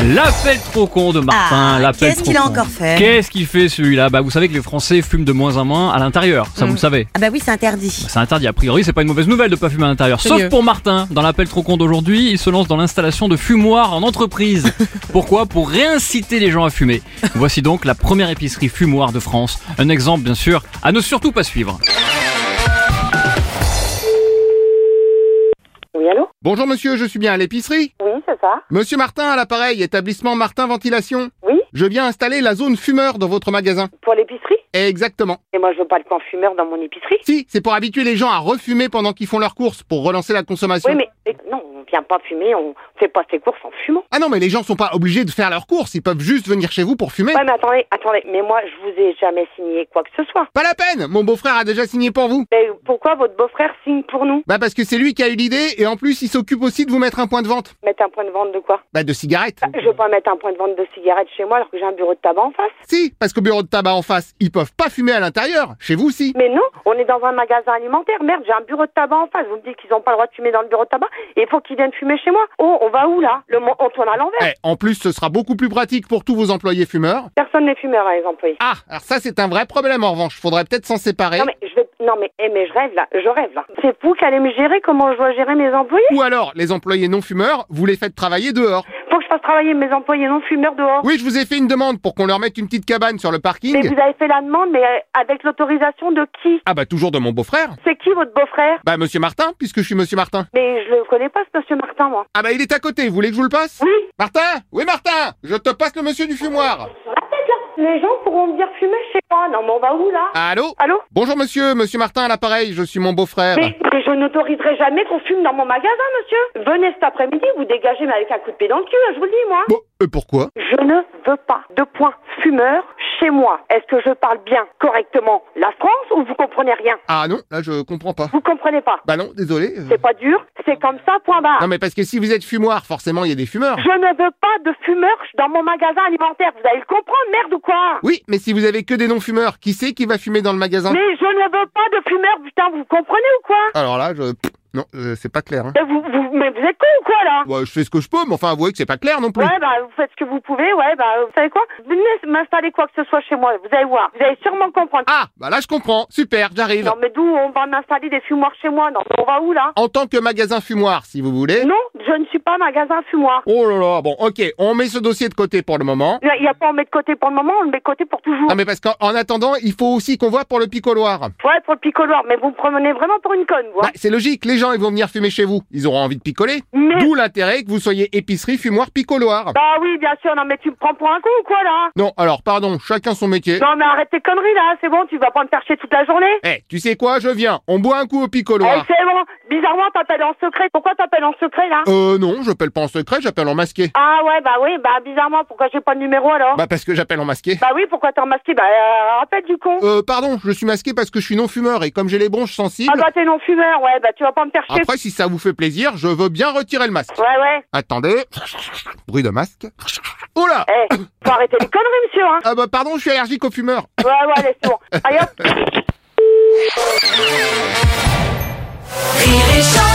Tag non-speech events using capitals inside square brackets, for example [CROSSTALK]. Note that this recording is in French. L'appel trop con de Martin. Ah, l'appel qu'est-ce trop qu'il a con. encore fait Qu'est-ce qu'il fait celui-là Bah vous savez que les Français fument de moins en moins à l'intérieur, ça vous le savez. Ah bah oui, c'est interdit. C'est interdit. A priori, c'est pas une mauvaise nouvelle de pas fumer à l'intérieur. Sauf mieux. pour Martin. Dans l'appel trop con d'aujourd'hui, il se lance dans l'installation de fumoirs en entreprise. [LAUGHS] Pourquoi Pour réinciter les gens à fumer. Voici donc la première épicerie fumoir de France. Un exemple, bien sûr, à ne surtout pas suivre. Oui, allô Bonjour monsieur, je suis bien à l'épicerie. Oui, c'est ça. Monsieur Martin à l'appareil, établissement Martin Ventilation. Oui Je viens installer la zone fumeur dans votre magasin. Pour l'épicerie Exactement. Et moi, je veux pas le camp fumeur dans mon épicerie. Si, c'est pour habituer les gens à refumer pendant qu'ils font leurs courses, pour relancer la consommation. Oui, mais, mais non, on vient pas fumer, on fait pas ses courses en fumant. Ah non, mais les gens sont pas obligés de faire leurs courses, ils peuvent juste venir chez vous pour fumer. Ouais, mais attendez, attendez, mais moi, je vous ai jamais signé quoi que ce soit. Pas la peine, mon beau-frère a déjà signé pour vous. Mais pourquoi votre beau-frère signe pour nous Bah parce que c'est lui qui a eu l'idée, et en plus il s'occupe aussi de vous mettre un point de vente. Mettre un point de vente de quoi Bah de cigarettes. Je veux pas mettre un point de vente de cigarettes chez moi alors que j'ai un bureau de tabac en face. Si, parce qu'au bureau de tabac en face, ils peuvent pas fumer à l'intérieur, chez vous si. Mais non, on est dans un magasin alimentaire. Merde, j'ai un bureau de tabac en face. Vous me dites qu'ils ont pas le droit de fumer dans le bureau de tabac et il faut qu'ils viennent fumer chez moi. Oh, on va où là Le mo- On tourne à l'envers. Eh, en plus ce sera beaucoup plus pratique pour tous vos employés fumeurs. Personne n'est fumeur, hein, les employés. Ah, alors ça c'est un vrai problème en revanche, faudrait peut-être s'en séparer. Non mais je vais non mais eh, mais je rêve là, je rêve là. C'est vous qui allez me gérer comment je dois gérer mes employés Ou alors, les employés non fumeurs, vous les faites travailler dehors. Faut que je fasse travailler mes employés non fumeurs dehors. Oui, je vous ai fait une demande pour qu'on leur mette une petite cabane sur le Mais parking. vous avez fait la demande mais euh, avec l'autorisation de qui Ah bah toujours de mon beau-frère. C'est qui votre beau-frère Bah monsieur Martin, puisque je suis monsieur Martin. Mais je le connais pas ce monsieur Martin moi. Ah bah il est à côté, vous voulez que je vous le passe Oui, Martin Oui Martin Je te passe le monsieur du fumoir. la tête là. Les gens pourront me dire fumer chez moi. Non mais on va où là Allô Allô Bonjour monsieur, monsieur Martin à l'appareil, je suis mon beau-frère. mais, mais je n'autoriserai jamais qu'on fume dans mon magasin, monsieur. Venez cet après-midi, vous dégagez, mais avec un coup de pied dans le cul, hein, je vous le dis, moi. Bon, euh, pourquoi Je ne veux pas de points fumeurs chez moi. Est-ce que je parle bien correctement la France ou vous comprenez rien Ah non, là je comprends pas. Vous comprenez pas Bah non, désolé. euh. C'est pas dur, c'est comme ça, point barre. Non mais parce que si vous êtes fumoir, forcément il y a des fumeurs. Je ne veux pas de fumeurs dans mon magasin alimentaire. Vous allez le comprendre, merde ou quoi Oui, mais si vous avez que des non-fumeurs, qui c'est qui va fumer dans le magasin Mais je ne veux pas de fumeurs, putain, vous comprenez ou quoi Alors là, je... pff, Non, euh, c'est pas clair. hein. mais vous, vous- mais vous êtes con ou quoi, là Ouais, je fais ce que je peux, mais enfin, avouez que c'est pas clair non plus. Ouais, bah, vous faites ce que vous pouvez, ouais, bah, vous savez quoi Venez m'installer quoi que ce soit chez moi, vous allez voir. Vous allez sûrement comprendre. Ah, bah là, je comprends. Super, j'arrive. Non, mais d'où on va m'installer des fumoirs chez moi Non, mais on va où, là En tant que magasin fumoir, si vous voulez. Non, je ne suis pas magasin fumoir. Oh là là, bon, ok, on met ce dossier de côté pour le moment. Il n'y a pas on met de côté pour le moment, on le met de côté pour toujours. Non, mais parce qu'en en attendant, il faut aussi qu'on voit pour le picoloir. Ouais, pour le picoloir, mais vous me promenez vraiment pour une conne, vous. hein. Bah, c'est logique, les gens, ils vont venir fumer chez vous. Ils auront envie de picoler. Mais- D'où l'intérêt que vous soyez épicerie, fumoir, picoloir. Bah oui, bien sûr, non mais tu me prends pour un con ou quoi là hein. Non, alors, pardon, chacun son métier. Non mais arrête tes conneries là, c'est bon, tu vas pas me faire chier toute la journée Eh, tu sais quoi, je viens. On boit un coup au Eh, picoloir. C'est bon, bizarrement t'appelles en secret, pourquoi t'appelles en secret là Euh, non, j'appelle pas en secret, j'appelle en masqué. Ah ouais, bah oui, bah bizarrement, pourquoi j'ai pas de numéro alors bah... Bah, parce que j'appelle en masqué. oui, pourquoi t'es en masqué Bah euh, rappelle du con Euh, pardon, je suis masqué parce que je suis non-fumeur et comme j'ai les bronches sensibles, Ah bah t'es non-fumeur, ouais, bah tu vas pas me faire chier après si ça vous fait plaisir, je veux bien retirer le masque. Ouais, ouais, Attendez. Bruit de masque. Oh là eh, faut arrêter les conneries monsieur, [COUGHS] hein Ah bah pardon, je suis allergique aux fumeurs. Ouais, ouais, allez, c'est bon, allez hop Rire et chanson.